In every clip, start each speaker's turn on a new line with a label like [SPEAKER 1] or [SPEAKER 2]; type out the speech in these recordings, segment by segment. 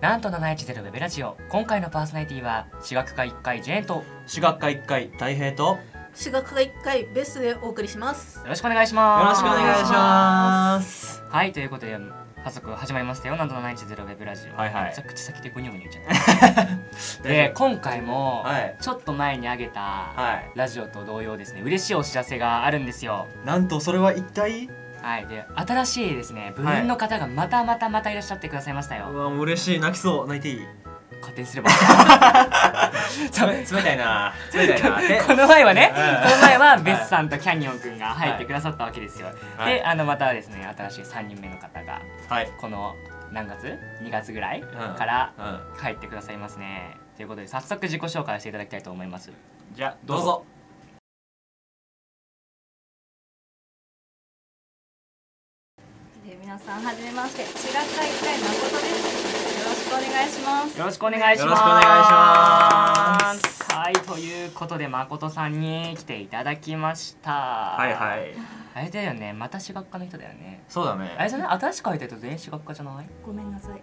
[SPEAKER 1] なんと710ウェブラジオ今回のパーソナリティは私学科1回ジェーンとよ
[SPEAKER 2] 私学科1回太平とよ
[SPEAKER 3] 私学科一回ベースでお送りします。
[SPEAKER 1] ろしくお願いします
[SPEAKER 2] ろしくお願いします
[SPEAKER 1] はいということで早速始まりましたよなんと710ウェブラジオ
[SPEAKER 2] はいはい
[SPEAKER 1] めちゃくちゃ先でゴニョゴニョ言っちゃっ たで今回も
[SPEAKER 2] はい
[SPEAKER 1] ちょっと前にあげた
[SPEAKER 2] はい
[SPEAKER 1] ラジオと同様ですね嬉しいお知らせがあるんですよ
[SPEAKER 2] なんとそれは一体
[SPEAKER 1] はいで新しいですね部員の方がまたまたまたいらっしゃってくださいましたよ、
[SPEAKER 2] うわもう嬉しい泣きそう泣いていい
[SPEAKER 1] 勝手にすれば
[SPEAKER 2] 冷たいな冷たいな で
[SPEAKER 1] この前はね、
[SPEAKER 2] うん
[SPEAKER 1] この前はベスさんとキャニオン君が入ってくださったわけですよ、
[SPEAKER 2] はい
[SPEAKER 1] であのまたですね新しい3人目の方が
[SPEAKER 2] はい
[SPEAKER 1] この何月2月ぐらい
[SPEAKER 2] ん
[SPEAKER 1] から
[SPEAKER 2] うん
[SPEAKER 1] 入ってくださいますねということで早速自己紹介していただきたいと思います
[SPEAKER 2] じゃあどうぞ
[SPEAKER 4] で皆さんはじめまして私学科一回誠ですよろしくお願いします
[SPEAKER 1] よろしくお願いします
[SPEAKER 2] よろしくお願いします
[SPEAKER 1] はいということで誠さんに来ていただきました
[SPEAKER 2] はいはい
[SPEAKER 1] あれだよねまた私学科の人だよね
[SPEAKER 2] そうだ
[SPEAKER 1] あれ
[SPEAKER 2] ね
[SPEAKER 1] じゃない新しく入ってると全員私学科じゃない
[SPEAKER 4] ごめんなさい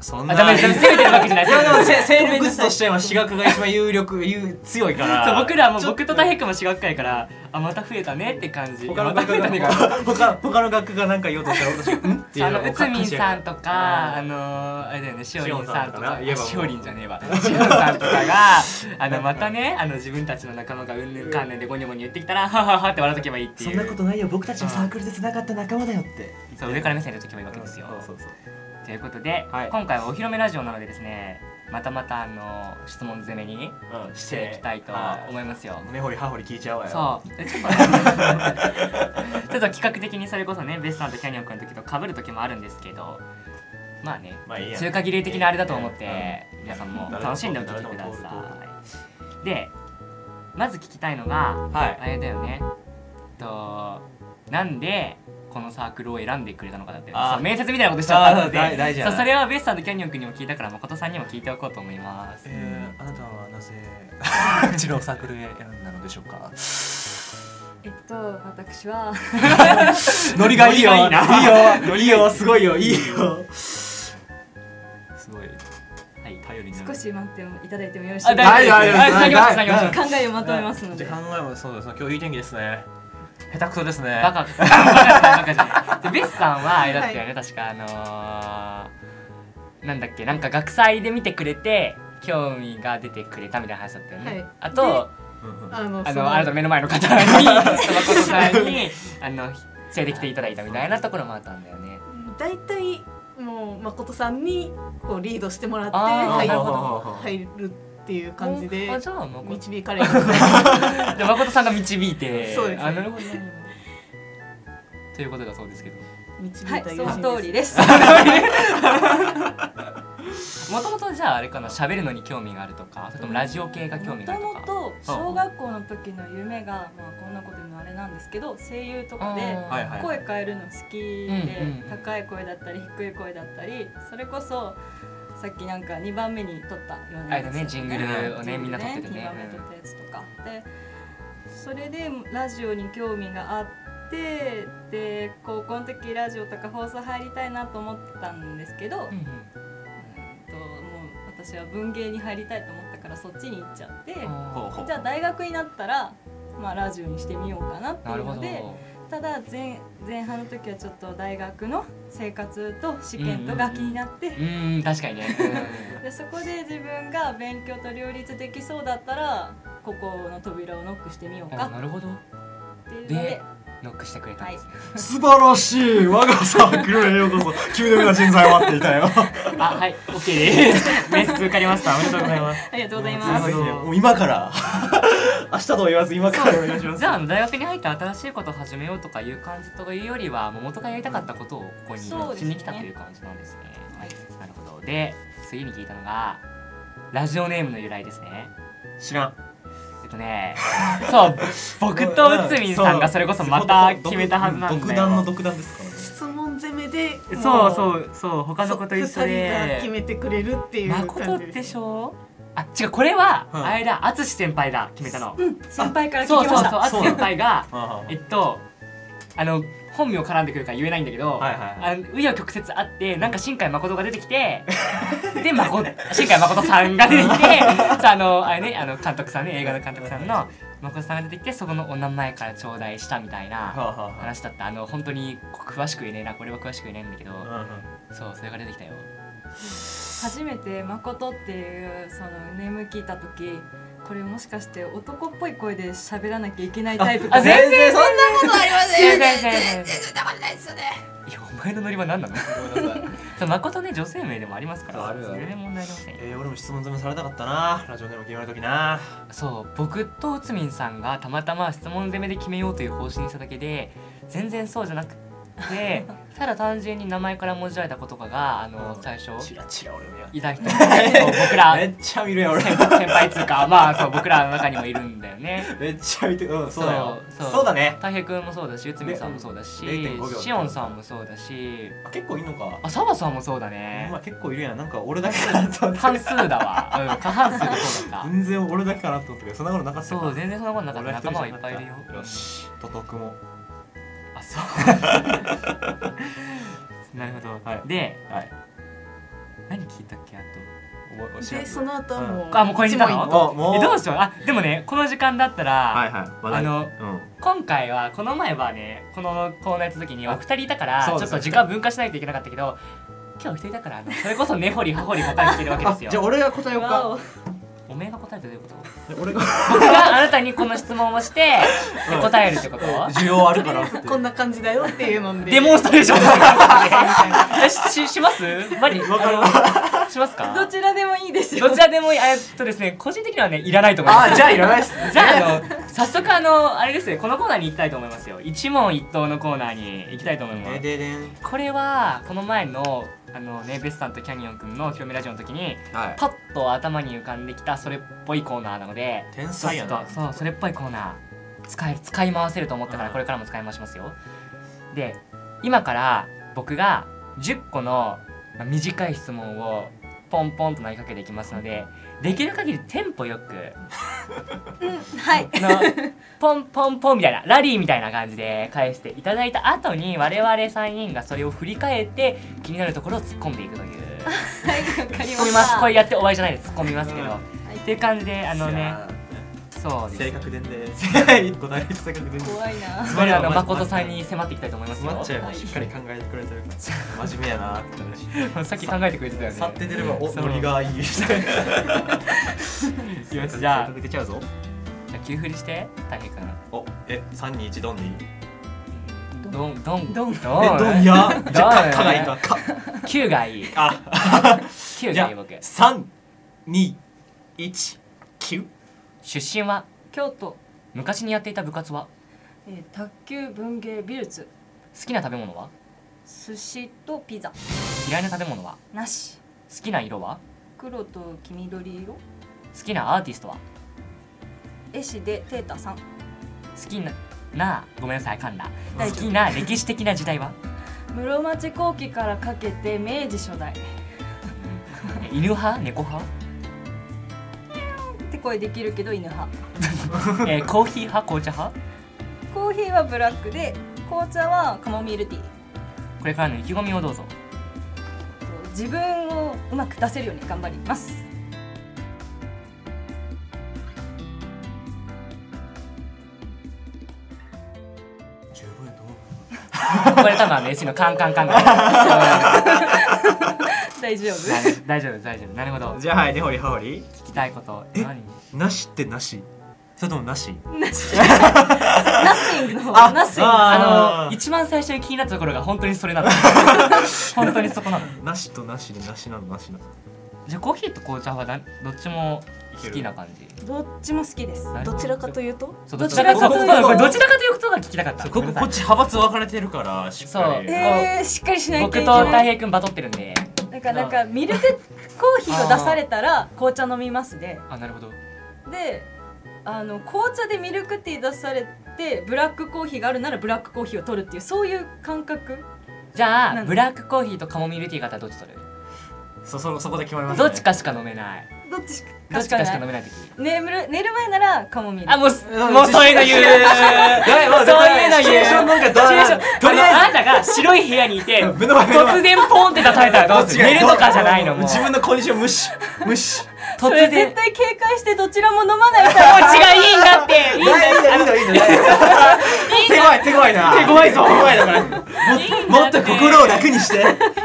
[SPEAKER 2] そん
[SPEAKER 1] あダメです攻めてるわけじゃない
[SPEAKER 2] いやで もせ戦力図としては私学が一番有力有強いから
[SPEAKER 1] そう僕らも
[SPEAKER 2] ちょ
[SPEAKER 1] 僕と大平君も私学科やからあまた増えたねって感じ
[SPEAKER 2] 他の
[SPEAKER 1] また増
[SPEAKER 2] 学
[SPEAKER 1] えた
[SPEAKER 2] 科
[SPEAKER 1] ね
[SPEAKER 2] が
[SPEAKER 1] が
[SPEAKER 2] 他他の学科が何か言おうとしたら私うんっていう
[SPEAKER 1] あのうつみんさんとか
[SPEAKER 2] あ
[SPEAKER 1] あのーあれだよねしおりんさんとか
[SPEAKER 2] しおんさんとかな言えばもう
[SPEAKER 1] しおりんじゃねえわしおりんさんとかがあのまたねあの自分たちの仲間がうんぬんかんぬんでゴニョゴニョ言ってきたらはははって笑っとけばいいって
[SPEAKER 2] そ
[SPEAKER 1] いうん
[SPEAKER 2] なことないよ僕たちはサークルでつながった仲間だよって
[SPEAKER 1] そう上から目線でとけばいいわけですよ
[SPEAKER 2] そうそうそう
[SPEAKER 1] ということで、
[SPEAKER 2] はい
[SPEAKER 1] 今回はお披露目ラジオなのでですねまたまたあの質問攻めに
[SPEAKER 2] うん
[SPEAKER 1] していきたいと思いますよ、
[SPEAKER 2] 根掘り葉掘り聞いちゃおうよ
[SPEAKER 1] そうでちょっと ちょっと企画的にそれこそねベスさんとキャニオン君の時とかぶる時もあるんですけどまあね
[SPEAKER 2] まあいいや
[SPEAKER 1] 中華儀礼的なあれだと思って
[SPEAKER 2] うん
[SPEAKER 1] 皆さんも楽しんでお聞きくださいでまず聞きたいのが
[SPEAKER 2] はい
[SPEAKER 1] あれだよねえっとなんでこのサークルを選んでくれたのかだって
[SPEAKER 2] あー
[SPEAKER 1] そう面接みたいなことしちゃったの
[SPEAKER 2] あー大大
[SPEAKER 1] でそ
[SPEAKER 2] 事や
[SPEAKER 1] う
[SPEAKER 2] な
[SPEAKER 1] それはベスさんとキャニオン君にも聞いたから誠さんにも聞いておこうと思います
[SPEAKER 2] えーあなたは なぜうちのサークルへ選んだのでしょうか
[SPEAKER 4] えっと私は
[SPEAKER 2] ノリがいいよ
[SPEAKER 1] ノリがい
[SPEAKER 2] いいよいいよすごいよいいよすごい
[SPEAKER 1] はい
[SPEAKER 2] 頼りになる
[SPEAKER 4] 少し待っていただいてもよろし
[SPEAKER 1] あ
[SPEAKER 4] いです
[SPEAKER 1] 大
[SPEAKER 4] か
[SPEAKER 1] 丈夫です
[SPEAKER 2] はい
[SPEAKER 1] はいつなぎましたつ
[SPEAKER 2] は
[SPEAKER 1] ないぎました
[SPEAKER 4] 考えをまとめますので
[SPEAKER 2] じゃあ考えもそうですね今日いい天気ですね下手くそです ね
[SPEAKER 1] バカバカじゃないバカじゃないでベスさんはあれだったよね、確かあのー、なんだっけなんか学祭で見てくれて興味が出てくれたみたいな話だったよね、
[SPEAKER 3] はい
[SPEAKER 1] あと
[SPEAKER 2] うんうん
[SPEAKER 3] あの
[SPEAKER 1] あ
[SPEAKER 3] そ
[SPEAKER 1] のあなたの目の前の 方にそのことさんにあの連れてきていただいたみたいなところもあったんだよね
[SPEAKER 3] だいたいもう誠さんにこうリードしてもらって
[SPEAKER 1] あ
[SPEAKER 2] ー
[SPEAKER 3] 入
[SPEAKER 2] な
[SPEAKER 3] る
[SPEAKER 2] るほど
[SPEAKER 3] 入るっていう感じで
[SPEAKER 1] あじゃあ誠
[SPEAKER 3] 導かれる。は
[SPEAKER 1] で誠さんが導いて
[SPEAKER 3] そうですね
[SPEAKER 1] あなるほどねということだそうですけど
[SPEAKER 4] はいい
[SPEAKER 3] た
[SPEAKER 4] その通り
[SPEAKER 3] り。
[SPEAKER 4] です
[SPEAKER 1] もともとじゃああれかな喋るのに興味があるとかそれともラジオ系が興
[SPEAKER 4] も
[SPEAKER 1] 味があ
[SPEAKER 4] と
[SPEAKER 1] ると
[SPEAKER 4] も
[SPEAKER 1] か
[SPEAKER 4] と小学校の時の夢がまあこんなこと言うのあれなんですけど声優とかで
[SPEAKER 2] はいはい
[SPEAKER 4] 声変えるの好き
[SPEAKER 1] うんう
[SPEAKER 4] で
[SPEAKER 1] ん
[SPEAKER 4] 高い声だったり低い声だったりそれこそさっきなんか2番目に撮ったような
[SPEAKER 1] あれだねジングルをねみんな撮っててね
[SPEAKER 4] 2番目に撮ったやつとかでそれでラジオに興味があってで高校の時ラジオとか放送入りたいなと思ったんですけど、
[SPEAKER 1] うんうん
[SPEAKER 4] うんともう私は文芸に入りたいと思ったからそっちに行っちゃって
[SPEAKER 2] ほうほう
[SPEAKER 4] じゃあ大学になったら、まあ、ラジオにしてみようかなってい
[SPEAKER 1] なる
[SPEAKER 4] う
[SPEAKER 1] ほど
[SPEAKER 4] のでただ前前半の時はちょっと大学の生活と試験とが気になって、
[SPEAKER 1] うーん確かにね
[SPEAKER 4] でそこで自分が勉強と両立できそうだったらここの扉をノックしてみよう
[SPEAKER 1] あ
[SPEAKER 4] か
[SPEAKER 1] なるほど
[SPEAKER 4] っていうので
[SPEAKER 1] でノックしてくれたんですね、
[SPEAKER 2] 素晴らしい我がサークルへようこそ急な人材は待っていたよ
[SPEAKER 1] あはい OK ですメッセージ受かりましたおめでとうございます
[SPEAKER 4] ありがとうございますす
[SPEAKER 1] ごいねも
[SPEAKER 2] もう今から 明日とは言わず今からお願いします
[SPEAKER 1] じゃああの大学に入って新しいことを始めようとかいう感じというよりはもう元がやりたかったことをここにし
[SPEAKER 4] そうですね
[SPEAKER 1] に来たという感じなんですねはいなるほどで次に聞いたのがラジオネームの由来ですね
[SPEAKER 2] 知らん
[SPEAKER 1] えっと ねそう僕と内海さんがそれこそまた決めたはずなん
[SPEAKER 2] 独
[SPEAKER 1] だ
[SPEAKER 2] 断の
[SPEAKER 1] よ
[SPEAKER 2] 独断ですからね
[SPEAKER 3] 質問攻めで。。
[SPEAKER 1] そうそううそう他の子と一緒
[SPEAKER 3] 二人が
[SPEAKER 1] で
[SPEAKER 3] 決めてくれるっていう
[SPEAKER 1] ま
[SPEAKER 3] 感
[SPEAKER 1] こ
[SPEAKER 3] じ
[SPEAKER 1] とでしょあ違うこれは、
[SPEAKER 2] うん
[SPEAKER 1] あれだ淳先輩だ決めたの、
[SPEAKER 4] 先輩から聞
[SPEAKER 1] そう
[SPEAKER 4] き
[SPEAKER 1] そう
[SPEAKER 4] まし
[SPEAKER 1] そう
[SPEAKER 4] た
[SPEAKER 1] 淳先輩が
[SPEAKER 2] あ
[SPEAKER 1] えっとあの本名絡んでくるから言えないんだけど、
[SPEAKER 2] はいはいはい
[SPEAKER 1] あの紆余曲折あってなんか新海誠が出てきてで誠新海誠さんが出てきてそうあのあれねあの監督さんね映画の監督さんの誠さんが出てきてそこのお名前から頂戴したみたい
[SPEAKER 2] はあ
[SPEAKER 1] な
[SPEAKER 2] はあは
[SPEAKER 1] 話だったあの本当に詳しく言えねえなこれは詳しく言えないんだけど
[SPEAKER 2] あ
[SPEAKER 1] そうそれが出てきたよ
[SPEAKER 4] 初めて「誠」っていうそのネーム聞いた時これもしかして男っぽい声で喋らなきゃいけないタイプか
[SPEAKER 1] あ
[SPEAKER 4] な
[SPEAKER 1] 全然そんな
[SPEAKER 4] ことありま
[SPEAKER 1] 全然全然
[SPEAKER 4] そんなことないですよね
[SPEAKER 1] いやお前のノリは何なの
[SPEAKER 2] うんうんごめんなさい
[SPEAKER 1] そう誠ね女性名でもありますから
[SPEAKER 2] あるある
[SPEAKER 1] それで問題ありませんよ
[SPEAKER 2] えー、俺も質問詰めされたかったなラジオでも決まるときな
[SPEAKER 1] そう僕と内海さんがたまたま質問攻めで決めようという方針にしただけで全然そうじゃなく てただ単純に名前から文字られたことかがあの、
[SPEAKER 2] うん
[SPEAKER 1] 最初
[SPEAKER 2] チラチラ俺のや
[SPEAKER 1] いた人そう僕ら
[SPEAKER 2] め
[SPEAKER 1] 先
[SPEAKER 2] っちゃ見るやん俺
[SPEAKER 1] 先輩っつうかまあそう僕らの中にもいるんだよね
[SPEAKER 2] めっちゃ見てうんそうだよ
[SPEAKER 1] そう
[SPEAKER 2] そうだね
[SPEAKER 1] たい平くんもそうだし内海さんもそうだし
[SPEAKER 2] ね0.5秒
[SPEAKER 1] しおんさんもそうだし
[SPEAKER 2] あ結構いいのか
[SPEAKER 1] あ澤さんもそうだね
[SPEAKER 2] まあ結構いるやんなんか俺だけかな と思って
[SPEAKER 1] 半数だわ、うん、過半数がそうだった
[SPEAKER 2] 全然俺だけかなと思ったけどそんなことなかったか
[SPEAKER 1] そう全然そんなことなかった
[SPEAKER 2] 俺一人
[SPEAKER 1] 仲間はいっぱいいる
[SPEAKER 2] じゃなかった
[SPEAKER 1] よ
[SPEAKER 2] よしトトクも
[SPEAKER 1] あそう なるほど、
[SPEAKER 2] はい
[SPEAKER 1] で
[SPEAKER 2] はい
[SPEAKER 1] 何聞いたっけあ
[SPEAKER 2] おお知ら
[SPEAKER 3] で
[SPEAKER 2] せ
[SPEAKER 3] その後はもう、
[SPEAKER 1] とあもうこれ見た
[SPEAKER 3] 一問一
[SPEAKER 1] の
[SPEAKER 3] 答
[SPEAKER 2] あも
[SPEAKER 1] え
[SPEAKER 2] う
[SPEAKER 1] どうしようあでもねこの時間だったら、
[SPEAKER 2] はいはい
[SPEAKER 1] あの
[SPEAKER 2] うん
[SPEAKER 1] 今回はこの前はねこのコーナーやった時にお二人いたからち
[SPEAKER 2] そ
[SPEAKER 1] ょ
[SPEAKER 2] うで
[SPEAKER 1] っ
[SPEAKER 2] す
[SPEAKER 1] と時間分化しないといけなかったけど今日お二人だからあのそれこそ根掘り葉掘り答えてきてるわけ
[SPEAKER 2] あ
[SPEAKER 1] です
[SPEAKER 2] じゃあ
[SPEAKER 1] よ
[SPEAKER 2] 俺が答えよう
[SPEAKER 4] わ
[SPEAKER 2] か
[SPEAKER 4] お
[SPEAKER 1] おめえが答えてどういうこと
[SPEAKER 2] じゃあ俺が
[SPEAKER 1] 僕があなたにこの質問をしてで答えるってこと
[SPEAKER 2] 需要あるからっ
[SPEAKER 3] とりあえ
[SPEAKER 2] て
[SPEAKER 3] ず こんな感じだよっていうので
[SPEAKER 1] デモンストレーション えししますマリ
[SPEAKER 2] わかる
[SPEAKER 1] あのしますか
[SPEAKER 4] どちらでもいいです よ
[SPEAKER 1] どちらでもいいあえっとですね個人的にはねいらないと思いま
[SPEAKER 2] あ
[SPEAKER 1] す
[SPEAKER 2] じゃあいらないっす
[SPEAKER 1] じゃああの早速あのあれですねこのコーナーに行きたいと思いますよ一問一答のコーナーに行きたいと思いま
[SPEAKER 2] ですででん
[SPEAKER 1] これはこの前のあのねベスさんとキャニオンくんの「ひろめラジオ」の時に
[SPEAKER 2] はい
[SPEAKER 1] パッと頭に浮かんできたそれっぽいコーナーなので
[SPEAKER 2] 天
[SPEAKER 1] ちょ
[SPEAKER 2] 才や
[SPEAKER 1] っと
[SPEAKER 2] な
[SPEAKER 1] そうそれっぽいコーナー使い使い回せると思ったから
[SPEAKER 2] うん
[SPEAKER 1] これからも使い回しますよで今から僕が10個のまあ短い質問をポンポンと投げかけていきますのでできる限りテンポよく
[SPEAKER 4] はい
[SPEAKER 1] あのポンポンポンみたいなラリーみたいな感じで返していただいた後に我々3人がそれを振り返って気になるところを突っ込んでい くという
[SPEAKER 4] はいわかり
[SPEAKER 1] 突っ
[SPEAKER 4] ま
[SPEAKER 1] 込み
[SPEAKER 4] し
[SPEAKER 1] ますこ
[SPEAKER 4] た
[SPEAKER 1] れやって終わりじゃないです突っ込みますけど、
[SPEAKER 2] うん
[SPEAKER 1] っていう感じであの
[SPEAKER 2] い
[SPEAKER 1] ね
[SPEAKER 2] や
[SPEAKER 1] そう
[SPEAKER 2] ー
[SPEAKER 1] です
[SPEAKER 2] 正確でんで 答え正確でんで
[SPEAKER 4] 怖いな
[SPEAKER 1] つまりあの誠さんに迫っていきたいと思います
[SPEAKER 2] 詰ま
[SPEAKER 1] よ
[SPEAKER 2] っちゃえ
[SPEAKER 4] は
[SPEAKER 2] ば
[SPEAKER 4] い
[SPEAKER 2] しっかり考えてくれて るから真面目やなって思うし
[SPEAKER 1] さっき考えてくれてたよね
[SPEAKER 2] 去って出ればお
[SPEAKER 1] そう
[SPEAKER 2] ノリがいいみたいな
[SPEAKER 1] よしじゃあ
[SPEAKER 2] 出ちゃうぞ
[SPEAKER 1] じゃあ急振りしてたけくん
[SPEAKER 2] おえ三二一ドンでいい
[SPEAKER 1] ドンドンドンド
[SPEAKER 2] えドンやじゃあかかがいいかか
[SPEAKER 1] 9がいい
[SPEAKER 2] あ
[SPEAKER 1] 9
[SPEAKER 2] じ
[SPEAKER 1] が
[SPEAKER 2] ゃ
[SPEAKER 1] いい僕
[SPEAKER 2] あ三二一九
[SPEAKER 1] 出身は
[SPEAKER 4] 京都、
[SPEAKER 1] 昔にやっていた部活は
[SPEAKER 4] えー卓球文芸美術
[SPEAKER 1] 好きな食べ物は
[SPEAKER 4] 寿司とピザ
[SPEAKER 1] 嫌いな食べ物は
[SPEAKER 4] なし
[SPEAKER 1] 好きな色は
[SPEAKER 4] 黒と黄緑色
[SPEAKER 1] 好きなアーティストは
[SPEAKER 4] 絵師でテータさん
[SPEAKER 1] 好きななごめんなさい噛んだ
[SPEAKER 4] 大
[SPEAKER 1] 好
[SPEAKER 4] 丈夫
[SPEAKER 1] きな歴史的な時代 は
[SPEAKER 4] 室町後期からかけて明治初代
[SPEAKER 1] 犬派猫派、
[SPEAKER 4] って声できるけど犬派
[SPEAKER 1] えーコーヒー派紅茶派
[SPEAKER 4] コーヒーはブラックで紅茶はカモミールティー
[SPEAKER 1] これからの意気込みをどうぞ
[SPEAKER 4] 自分をうまく出せるように頑張ります
[SPEAKER 2] 十分やと思う
[SPEAKER 1] これ多分あの SC のカンカンカンカン
[SPEAKER 4] 大丈夫
[SPEAKER 1] うん 大丈夫です大丈夫ですなるほど
[SPEAKER 2] じゃあはいねほりはほり
[SPEAKER 1] 聞きたいこと何
[SPEAKER 2] なしってなしそれともなし
[SPEAKER 4] ナッシングの方 ナッシング
[SPEAKER 1] あの
[SPEAKER 2] ー
[SPEAKER 1] 一番最初に気になったところが本当にそ れなの本当にそこなの
[SPEAKER 2] なしとなしでなしなのなしなの
[SPEAKER 1] じゃあコーヒーと紅茶はなどっちも好きな感じ
[SPEAKER 4] どっちも好きです
[SPEAKER 1] 何
[SPEAKER 3] どちらかというと
[SPEAKER 1] そうどちらかと
[SPEAKER 2] ど
[SPEAKER 1] いう
[SPEAKER 2] ちらか
[SPEAKER 1] と
[SPEAKER 2] というと
[SPEAKER 1] どちらかということが聞きたかった
[SPEAKER 2] こここっち派閥分かれてるからしっか
[SPEAKER 1] そう
[SPEAKER 2] り
[SPEAKER 4] えー、しっかりしない
[SPEAKER 1] 僕
[SPEAKER 4] とい
[SPEAKER 1] と
[SPEAKER 4] けな
[SPEAKER 1] たい
[SPEAKER 4] い
[SPEAKER 1] 平君バトってるんで
[SPEAKER 4] なんかなんかミルクコーヒーを出されたら紅茶飲みますで
[SPEAKER 1] あなるほど
[SPEAKER 4] であの紅茶でミルクティー出されてブラックコーヒーがあるならブラックコーヒーを取るっていうそういう感覚
[SPEAKER 1] じゃ
[SPEAKER 4] な
[SPEAKER 1] あ
[SPEAKER 4] ん
[SPEAKER 1] ブラックコーヒーとカモミールティーがあったらどっち取る
[SPEAKER 2] そそそこで決まります
[SPEAKER 1] どっち
[SPEAKER 2] か
[SPEAKER 1] かしか飲めない
[SPEAKER 4] どっちし
[SPEAKER 1] ど
[SPEAKER 4] か
[SPEAKER 1] っ
[SPEAKER 4] し
[SPEAKER 1] ちか
[SPEAKER 4] か
[SPEAKER 1] しか
[SPEAKER 4] な
[SPEAKER 1] 飲
[SPEAKER 4] い
[SPEAKER 1] めない時
[SPEAKER 4] 寝る寝る前ならカモミール
[SPEAKER 1] あもうすもうそういうの言う
[SPEAKER 2] やばいもう
[SPEAKER 1] そういうの言う
[SPEAKER 2] シチュエーションなんか
[SPEAKER 1] シチュエーショ白い部屋にい て
[SPEAKER 2] 目の前目の前
[SPEAKER 1] 突然ポンって叩いたらどう する
[SPEAKER 2] 違う
[SPEAKER 1] 寝るとかじゃないのもう
[SPEAKER 2] 自分のコンディション無視無視
[SPEAKER 1] 突
[SPEAKER 4] それ
[SPEAKER 1] 然
[SPEAKER 4] 絶対警戒してどちらも飲まないから
[SPEAKER 1] 気持ちがいいんだっていいんだよ
[SPEAKER 2] いいのいいのいいの手強い手強いな
[SPEAKER 1] 手強いぞ
[SPEAKER 2] 手強いだからももっと心を楽にして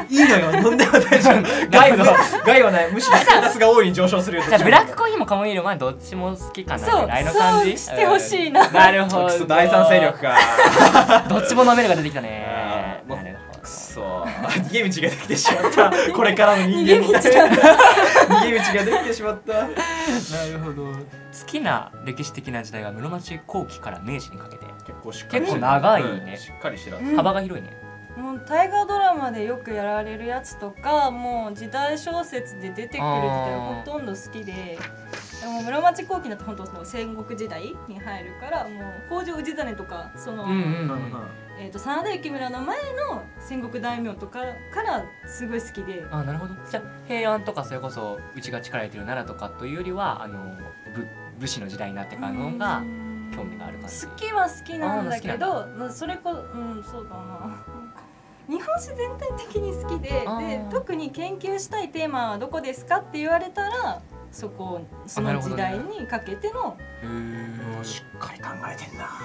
[SPEAKER 2] いいのよ飲んでも大丈夫害
[SPEAKER 1] なる
[SPEAKER 2] は害はないむしろステータスが大いに上昇するよ
[SPEAKER 1] じゃあブラックコーヒーもカモミールもどっちも好きかな
[SPEAKER 4] そう
[SPEAKER 1] ぐらいの感じ
[SPEAKER 4] そうしてほしいな
[SPEAKER 1] うんなる
[SPEAKER 2] ク
[SPEAKER 1] ほ
[SPEAKER 2] ソ
[SPEAKER 1] ど
[SPEAKER 2] 第三勢力か
[SPEAKER 1] どっちも飲めるが出てきた
[SPEAKER 2] あ
[SPEAKER 1] ね
[SPEAKER 2] ーもう
[SPEAKER 1] なるほど
[SPEAKER 2] くそ逃げ道ができてしまったこれからの人
[SPEAKER 4] 逃
[SPEAKER 2] 間
[SPEAKER 4] げ
[SPEAKER 2] に
[SPEAKER 4] 道なんだ
[SPEAKER 2] 逃げ道ができてしまったなるほど
[SPEAKER 1] 好きな歴史的な時代は室町後期から明治にかけて
[SPEAKER 2] 結構しっ
[SPEAKER 1] かりしてるうん
[SPEAKER 2] しっかりしてた
[SPEAKER 1] 幅が広いね
[SPEAKER 4] もう大河ドラマでよくやられるやつとかもう時代小説で出てくるって
[SPEAKER 1] あー
[SPEAKER 4] ほとんど好きで。でも室町後期だと本当その戦国時代に入るからもう北条氏真とかその、
[SPEAKER 1] うんうん
[SPEAKER 2] うん
[SPEAKER 1] う
[SPEAKER 2] うんん
[SPEAKER 4] えー、と真田幸村の前の戦国大名とかからすごい好きで
[SPEAKER 1] あなるほどじゃあ平安とかそれこそうちが力入れてる奈良とかというよりはあのぶ武士の時代になってからの方が
[SPEAKER 4] うん
[SPEAKER 1] 興味がある感じ
[SPEAKER 4] 好きは好きなんだけ
[SPEAKER 1] あー
[SPEAKER 4] どまあそれこうんそうだな日本史全体的に好きでで
[SPEAKER 1] あー
[SPEAKER 4] 特に研究したいテーマはどこですかって言われたらそこそ
[SPEAKER 1] なる
[SPEAKER 4] の
[SPEAKER 1] ほど
[SPEAKER 4] 時
[SPEAKER 1] ね
[SPEAKER 4] 代にかけての、
[SPEAKER 1] へー
[SPEAKER 2] もうしっかり考えてんな
[SPEAKER 1] あ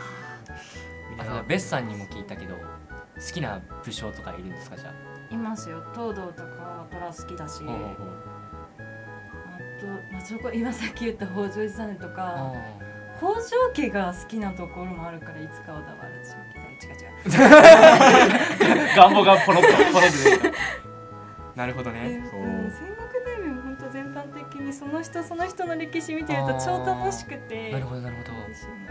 [SPEAKER 1] そうだベスさんにも聞いたけど好きな武将とかいるんですかじゃあ
[SPEAKER 4] いますよ東堂とか虎好きだし、
[SPEAKER 1] ほうほう
[SPEAKER 4] あ
[SPEAKER 1] ほう
[SPEAKER 4] と、まあ、そこ今さっき言った北条氏真と
[SPEAKER 1] あ
[SPEAKER 4] か北条家が好きなところもあるからいつかはだわるし違う違う
[SPEAKER 1] ー願望がポロッとポロッと出てきたなるほど
[SPEAKER 4] え
[SPEAKER 1] ね
[SPEAKER 4] ー
[SPEAKER 2] そう
[SPEAKER 4] うん戦国大名本当全般的にその人その人の歴史見てると超楽しくて
[SPEAKER 1] なるほどなるほど
[SPEAKER 4] 楽しいな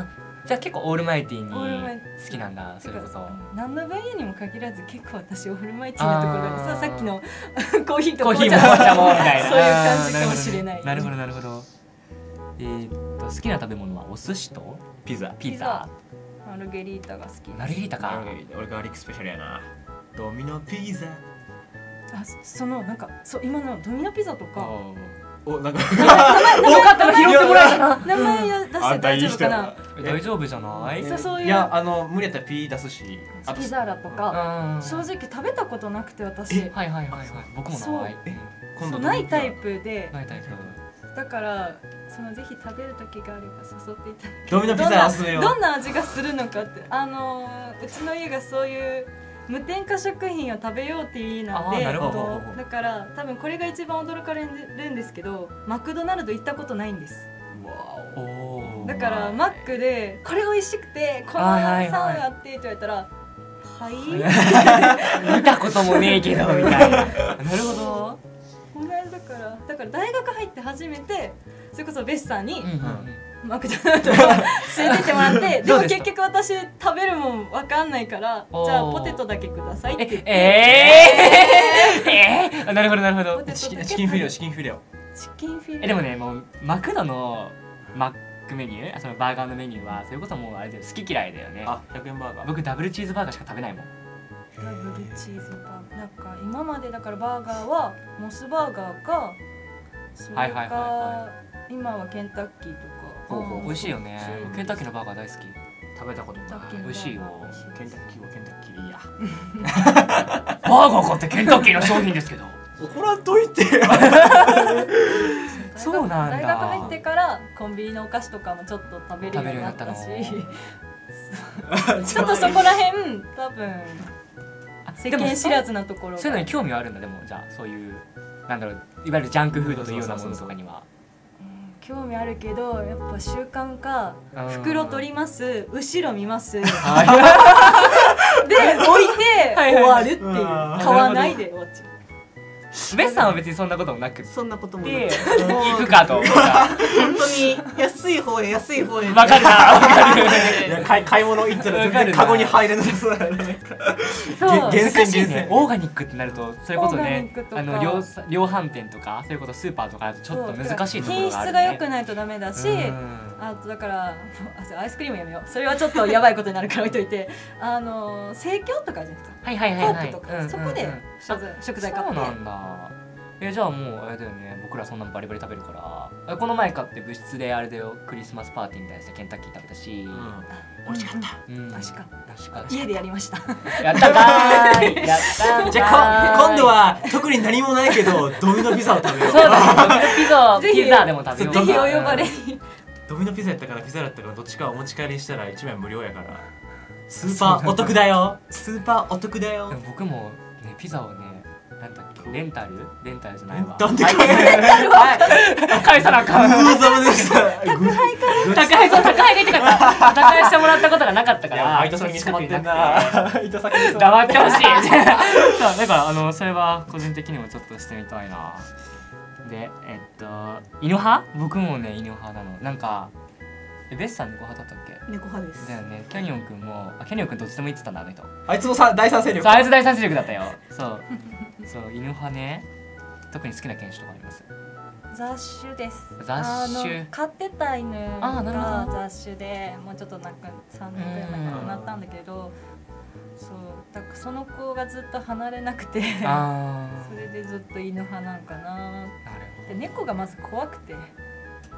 [SPEAKER 1] あじゃあ結構オールマイティーに
[SPEAKER 4] オールマイテ
[SPEAKER 1] 好きなんだそれこそ
[SPEAKER 4] かな何の分野にも限らず結構私オールマイティーなところ
[SPEAKER 1] あ
[SPEAKER 4] で
[SPEAKER 1] ー
[SPEAKER 4] ささっきの コーヒーと
[SPEAKER 1] コーヒーも
[SPEAKER 4] 紅
[SPEAKER 1] 紅
[SPEAKER 4] 茶
[SPEAKER 1] 茶もみたいな
[SPEAKER 4] そういう感じかもしれない
[SPEAKER 1] なるほどねなるほどなるほどえーっと好きな食べ物はお寿司と
[SPEAKER 2] ピザ
[SPEAKER 1] ピザ
[SPEAKER 4] マルゲリータが好き
[SPEAKER 1] マルゲリータか
[SPEAKER 2] 俺ガーリックスペシャルやなドミノピザ
[SPEAKER 4] あそそのなんかそう今のドミノピザとか
[SPEAKER 2] おなんか
[SPEAKER 1] よかったな拾ってもらえたな
[SPEAKER 4] 名前や出して大丈夫かな
[SPEAKER 1] え大丈夫じゃない
[SPEAKER 4] そうそういう
[SPEAKER 2] いやあの無理やったらピー出すしあと
[SPEAKER 4] ピザーラとか
[SPEAKER 1] あー
[SPEAKER 4] 正直食べたことなくて私
[SPEAKER 1] はいはいはいはい僕も
[SPEAKER 4] そう
[SPEAKER 1] ない
[SPEAKER 2] 今
[SPEAKER 4] そ
[SPEAKER 2] 度
[SPEAKER 4] うないタイ
[SPEAKER 2] プ
[SPEAKER 4] プで
[SPEAKER 1] ないタイプ
[SPEAKER 4] だからそのぜひ食べる時があれば誘っていただ き
[SPEAKER 2] ドミノピザおすすめよ
[SPEAKER 4] どんな味がするのかってあのーうちの家がそういう無添加食品を食べようっていう家なん
[SPEAKER 1] あー
[SPEAKER 4] で
[SPEAKER 1] なる
[SPEAKER 2] ほど
[SPEAKER 4] そうだから多分これが一番驚かれるんですけどマクドナルド行ったことないんです
[SPEAKER 2] うわ
[SPEAKER 1] おおー
[SPEAKER 4] だからマックで「これ美味しくてこの
[SPEAKER 1] あーはいはい
[SPEAKER 4] サウナって」って言われたら「はい」
[SPEAKER 1] 見たこともねえけどみたいな なるほど
[SPEAKER 4] この間だからだから大学入って初めてそれこそベスさんに
[SPEAKER 1] うんうんうん
[SPEAKER 4] マクドナルドを連れてってもらってで
[SPEAKER 1] ど
[SPEAKER 4] も
[SPEAKER 1] うでした
[SPEAKER 4] 結局私食べるもん分かんないから
[SPEAKER 1] おー
[SPEAKER 4] じゃあポテトだけくださいって言っ
[SPEAKER 1] え
[SPEAKER 4] て
[SPEAKER 1] えーえーあ なるほどなるほ
[SPEAKER 4] ポ
[SPEAKER 1] ど
[SPEAKER 4] テ
[SPEAKER 2] チ
[SPEAKER 4] ト
[SPEAKER 2] キ
[SPEAKER 4] だ
[SPEAKER 2] ン
[SPEAKER 4] け
[SPEAKER 2] チキンフィレオチキンフィレオ
[SPEAKER 4] チキンフィレオ
[SPEAKER 1] えでもねもうマクドのマックメニューあそのバーガーのメニューはそれこそもうあれだよ好き嫌いだよね
[SPEAKER 2] あ100円バーガー
[SPEAKER 1] 僕ダブルチーズバーガーしか食べないもん
[SPEAKER 4] ダブルチーズバーガーなんか今までだからバーガーはモスバーガーかそれか、
[SPEAKER 1] はいはいはいは
[SPEAKER 4] 今はケンタッキーとか
[SPEAKER 1] ほうほう美味しいよね
[SPEAKER 2] そう
[SPEAKER 1] ケンタッキーのバーガー大好き食べたこと
[SPEAKER 4] ケンタッキーのバーガー
[SPEAKER 1] 美味しいよ
[SPEAKER 2] ケンタッキーはケンタッキーでい いや
[SPEAKER 1] バーガー買ってケンタッキーの商品ですけど
[SPEAKER 2] 怒らんといて
[SPEAKER 1] そうなんだ
[SPEAKER 4] 大学入ってからコンビニのお菓子とかもちょっと食べるようになったし
[SPEAKER 1] 食べるように
[SPEAKER 4] ちょっとそこら辺多分
[SPEAKER 1] あ
[SPEAKER 4] 世
[SPEAKER 1] でも
[SPEAKER 4] 間知らずなところ
[SPEAKER 1] そういうの
[SPEAKER 4] が
[SPEAKER 1] に興味はあるんだでもじゃあそういうなんだろういわゆるジャンクフードというようなものとかには
[SPEAKER 4] 興味あるけどやっぱ習慣か
[SPEAKER 1] うん
[SPEAKER 4] 袋取ります後ろ見ますで
[SPEAKER 1] あ
[SPEAKER 4] 置いて
[SPEAKER 1] はい
[SPEAKER 4] 終わるっていう
[SPEAKER 2] うわー
[SPEAKER 4] 買わないで終わっちゃう
[SPEAKER 1] ベスさんは別にそんなこともなくて
[SPEAKER 3] そんなこともなく
[SPEAKER 1] 行くかと思った
[SPEAKER 3] 本当に安い方へ安い方へ
[SPEAKER 1] わかるなわかる
[SPEAKER 2] いや買い買い物行ったら全然カゴに入れなそうだよね
[SPEAKER 4] そう
[SPEAKER 2] 厳選
[SPEAKER 1] 難しい
[SPEAKER 2] 厳
[SPEAKER 1] ね
[SPEAKER 2] 選
[SPEAKER 1] オーガニックってなるとそれこそ
[SPEAKER 4] オーガニ
[SPEAKER 1] ね
[SPEAKER 4] ックとか
[SPEAKER 1] あの量産量販店とかそれこそスーパーとかだとちょっと難しいところがあ
[SPEAKER 4] 品
[SPEAKER 1] る、
[SPEAKER 4] 質
[SPEAKER 1] ね、
[SPEAKER 4] が良くないとダメだし
[SPEAKER 1] うん
[SPEAKER 4] あとだからあそうアイスクリームやめようそれはちょっとやばいことになるから置いといてあの生協とかあるじゃないですか
[SPEAKER 1] はいはい
[SPEAKER 4] ポ
[SPEAKER 1] はいは
[SPEAKER 4] ー
[SPEAKER 1] い
[SPEAKER 4] クと
[SPEAKER 1] うんうんう
[SPEAKER 4] か
[SPEAKER 1] ん
[SPEAKER 4] そこで食材食材買って
[SPEAKER 1] そうなんだえじゃあもうあれだよね僕らそんなのバリバリ食べるからえこの前買って部室であれだよクリスマスパーティーみたいなやつでケンタッキー食べたし、
[SPEAKER 2] うん美味しかった。
[SPEAKER 1] うん
[SPEAKER 4] 確か
[SPEAKER 1] 確か
[SPEAKER 4] 家でやりました
[SPEAKER 1] やったかーいやったーい
[SPEAKER 2] じゃあこ今度は特に何もないけどドミノピザを食べよう
[SPEAKER 1] そうだねピザ
[SPEAKER 4] ぜひ
[SPEAKER 1] ピザでも食べよう
[SPEAKER 4] ぜひお呼ばれ
[SPEAKER 1] うん
[SPEAKER 4] に
[SPEAKER 2] ドミノピザやったからピザだったからどっちかお持ち帰りしたら1枚無料やからスーパーお得だよスーパーお得だよ
[SPEAKER 1] でも僕もねピザをねなんだっけレンタルレンタルじゃないわ
[SPEAKER 2] なんで
[SPEAKER 1] はい
[SPEAKER 2] これ
[SPEAKER 1] はい返さなあかん
[SPEAKER 2] ごちそうさまでした宅配
[SPEAKER 1] 宅配そう宅配できなかった宅配してもらったことがなかったか
[SPEAKER 2] いや
[SPEAKER 1] ら
[SPEAKER 2] バイト先に
[SPEAKER 1] 近
[SPEAKER 2] 泊まっ
[SPEAKER 1] く
[SPEAKER 2] て
[SPEAKER 1] に
[SPEAKER 2] ん
[SPEAKER 1] なく
[SPEAKER 2] なバイト先に泊ま
[SPEAKER 1] 黙
[SPEAKER 2] っ
[SPEAKER 1] ってて ほしいそうだからあのそれは個人的にもちょっとしてみたいなでえっと犬派僕もね犬派なのなんかえベスさん猫派だったっけ
[SPEAKER 3] 猫派です
[SPEAKER 1] だよねキャニオン君もあキャニオン君どっちでも言ってたんだあの人
[SPEAKER 2] あいつもさ第三勢
[SPEAKER 1] そう
[SPEAKER 2] 力
[SPEAKER 1] あいつ第三勢力だったよそうそう犬派ね特に好きな犬種とかあります
[SPEAKER 4] 雑種です
[SPEAKER 1] 雑種
[SPEAKER 4] あの飼ってた犬
[SPEAKER 1] あーなる
[SPEAKER 4] が
[SPEAKER 1] ほど
[SPEAKER 4] 雑種でもうちょっとなんか3年くらい前に亡くなったんだけどそうだからその子がずっと離れなくて
[SPEAKER 1] あ
[SPEAKER 4] それでずっと犬派なんかな
[SPEAKER 1] あなるほ
[SPEAKER 4] で猫がまず怖くて
[SPEAKER 1] ど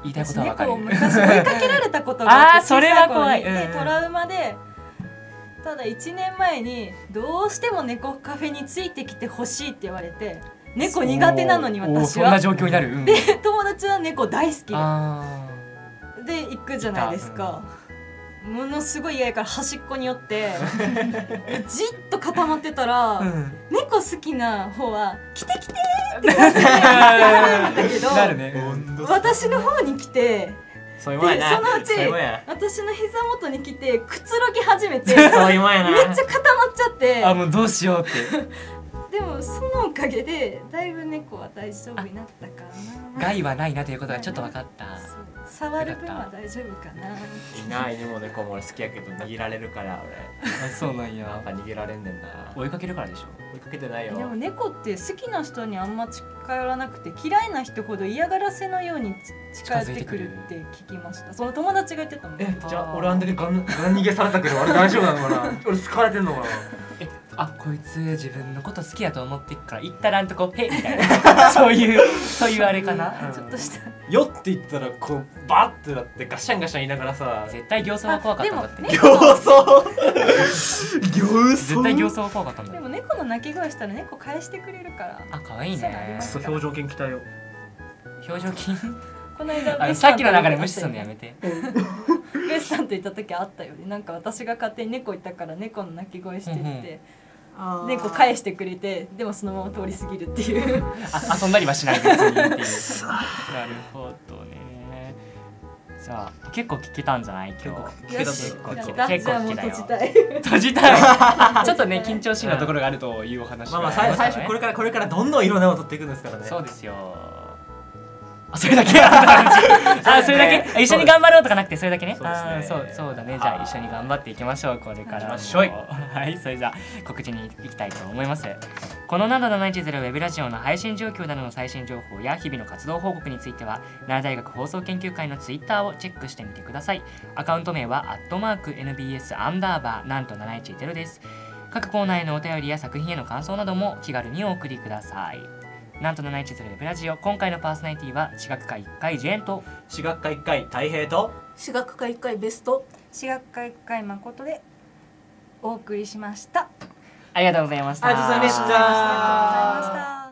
[SPEAKER 1] 言いたいことはわかる
[SPEAKER 4] 猫を昔追いかけられたことがあっ
[SPEAKER 1] あー
[SPEAKER 4] て
[SPEAKER 1] それは怖い
[SPEAKER 4] 小さ頃に
[SPEAKER 1] うん
[SPEAKER 4] でトラウマでただ1年前にどうしても猫カフェについてきてほしいって言われて猫苦手なのに
[SPEAKER 1] おーおー
[SPEAKER 4] 私
[SPEAKER 1] そん
[SPEAKER 4] は
[SPEAKER 1] な状況になるうん
[SPEAKER 4] 友達は猫大好きで
[SPEAKER 1] あー
[SPEAKER 4] で行くじゃないですか、ものすごい嫌やから端っこに寄って じっと固まってたら、猫好きな方は「来て来て!」って感じでなるんだけど
[SPEAKER 1] なるね
[SPEAKER 4] 私の方に来て
[SPEAKER 2] そういうもんや
[SPEAKER 4] で
[SPEAKER 2] な
[SPEAKER 4] そのうち
[SPEAKER 2] そういうもんや
[SPEAKER 4] 私の膝元に来てくつろぎ始め てめっち
[SPEAKER 2] そ
[SPEAKER 4] ゃ
[SPEAKER 2] ういうも んやな
[SPEAKER 4] 固まっちゃって
[SPEAKER 1] あもうどうし ようって
[SPEAKER 4] でもそのおかげでだいぶ猫は大丈夫になったかな
[SPEAKER 1] 害はないなということがちょっと分かった
[SPEAKER 4] そう触る分は大丈夫かない
[SPEAKER 2] いな犬も猫も俺好きやけど逃げられるから
[SPEAKER 1] あそうなん
[SPEAKER 2] 俺やっぱ逃げられんねんな
[SPEAKER 1] 追いかけるからでしょ
[SPEAKER 2] 追いかけてない
[SPEAKER 4] で
[SPEAKER 2] よ
[SPEAKER 4] も猫って好きな人にあんま近寄らなくて嫌いな人ほど嫌がらせのようにち近寄ってくるって聞きましたその友達が言ってたもん
[SPEAKER 2] えじゃ
[SPEAKER 1] あー
[SPEAKER 2] あ俺あんだけガンガン逃げされたけどあれ大丈夫なのかな 俺好かれてんのかな
[SPEAKER 1] えあこいつ自分のこと好きやと思ってっから行ったらんとこへみたい なそういうそういうあれかな
[SPEAKER 4] ちょっとした
[SPEAKER 2] よって言ったらこうバッてなってガシャンガシャン言いながら さ
[SPEAKER 1] 絶対行走は怖かったんだって
[SPEAKER 4] あでもね
[SPEAKER 2] 形相形
[SPEAKER 1] 絶対行走は怖かったんだ
[SPEAKER 4] で
[SPEAKER 1] よ
[SPEAKER 4] も猫の鳴き声したら猫返してくれる から
[SPEAKER 1] あ可愛い
[SPEAKER 4] そうなり
[SPEAKER 1] ね
[SPEAKER 4] ます
[SPEAKER 2] 表情筋鍛えよう
[SPEAKER 1] 表情筋
[SPEAKER 4] この間
[SPEAKER 1] あ
[SPEAKER 4] ベ
[SPEAKER 1] の
[SPEAKER 4] スさ
[SPEAKER 1] さ
[SPEAKER 4] ん
[SPEAKER 1] っき
[SPEAKER 4] と
[SPEAKER 1] の流れ無視するのやめて
[SPEAKER 4] ベスさんと行った時あったよねなんか私が勝手に猫いたから猫の鳴き声してって、
[SPEAKER 1] うんうん
[SPEAKER 4] 猫返
[SPEAKER 3] し
[SPEAKER 4] してくれてでもそのまま通り過ぎるっていう
[SPEAKER 1] あ遊んだりはしない別にっていうなるほどねじゃあ結構聞けたんじゃない今日
[SPEAKER 4] よ
[SPEAKER 1] 結
[SPEAKER 4] し
[SPEAKER 1] 構
[SPEAKER 4] や
[SPEAKER 1] 聞
[SPEAKER 4] っ
[SPEAKER 1] けた
[SPEAKER 4] た
[SPEAKER 1] 結
[SPEAKER 4] じ
[SPEAKER 1] 構
[SPEAKER 4] ゃあもう
[SPEAKER 1] 聞けた
[SPEAKER 4] 閉
[SPEAKER 1] よ
[SPEAKER 4] じたい
[SPEAKER 1] 閉じた いちょっとね
[SPEAKER 4] 閉
[SPEAKER 1] 緊
[SPEAKER 4] じた
[SPEAKER 1] 張しいなところがあるというお話
[SPEAKER 2] まあ
[SPEAKER 1] が
[SPEAKER 2] まあ
[SPEAKER 1] り
[SPEAKER 2] 最
[SPEAKER 1] したね
[SPEAKER 2] 最初これからこれからどんどんいろんなの取っていくんですからね
[SPEAKER 1] そうですよあそれだけあそれだけあ一緒に頑張ろうとかなくてそれだけね
[SPEAKER 2] そうですね
[SPEAKER 1] あーそうそうだねじゃあ
[SPEAKER 2] はい
[SPEAKER 1] 一緒に頑張っていきましょうこれからも
[SPEAKER 2] 行きましょう
[SPEAKER 1] はいそれじゃあ告知に行きたいと思いますこの7710ウェブラジオの配信状況などの最新情報や日々の活動報告については奈良大学放送研究会のツイッターをチェックしてみてくださいアカウント名はアットマーク NBS アンダーバーなんと710です各コーナーへのお便りや作品への感想なども気軽にお送りくださいなんと710ウェブラジオ今回のパーソナリティは私学科1回ジェーンと
[SPEAKER 2] 私学科一回太平と
[SPEAKER 3] 私学科一回ベスト
[SPEAKER 4] 私学会会誠でお送りしました
[SPEAKER 1] ありがとうございました
[SPEAKER 2] ありがとうございました
[SPEAKER 4] ありがとうございました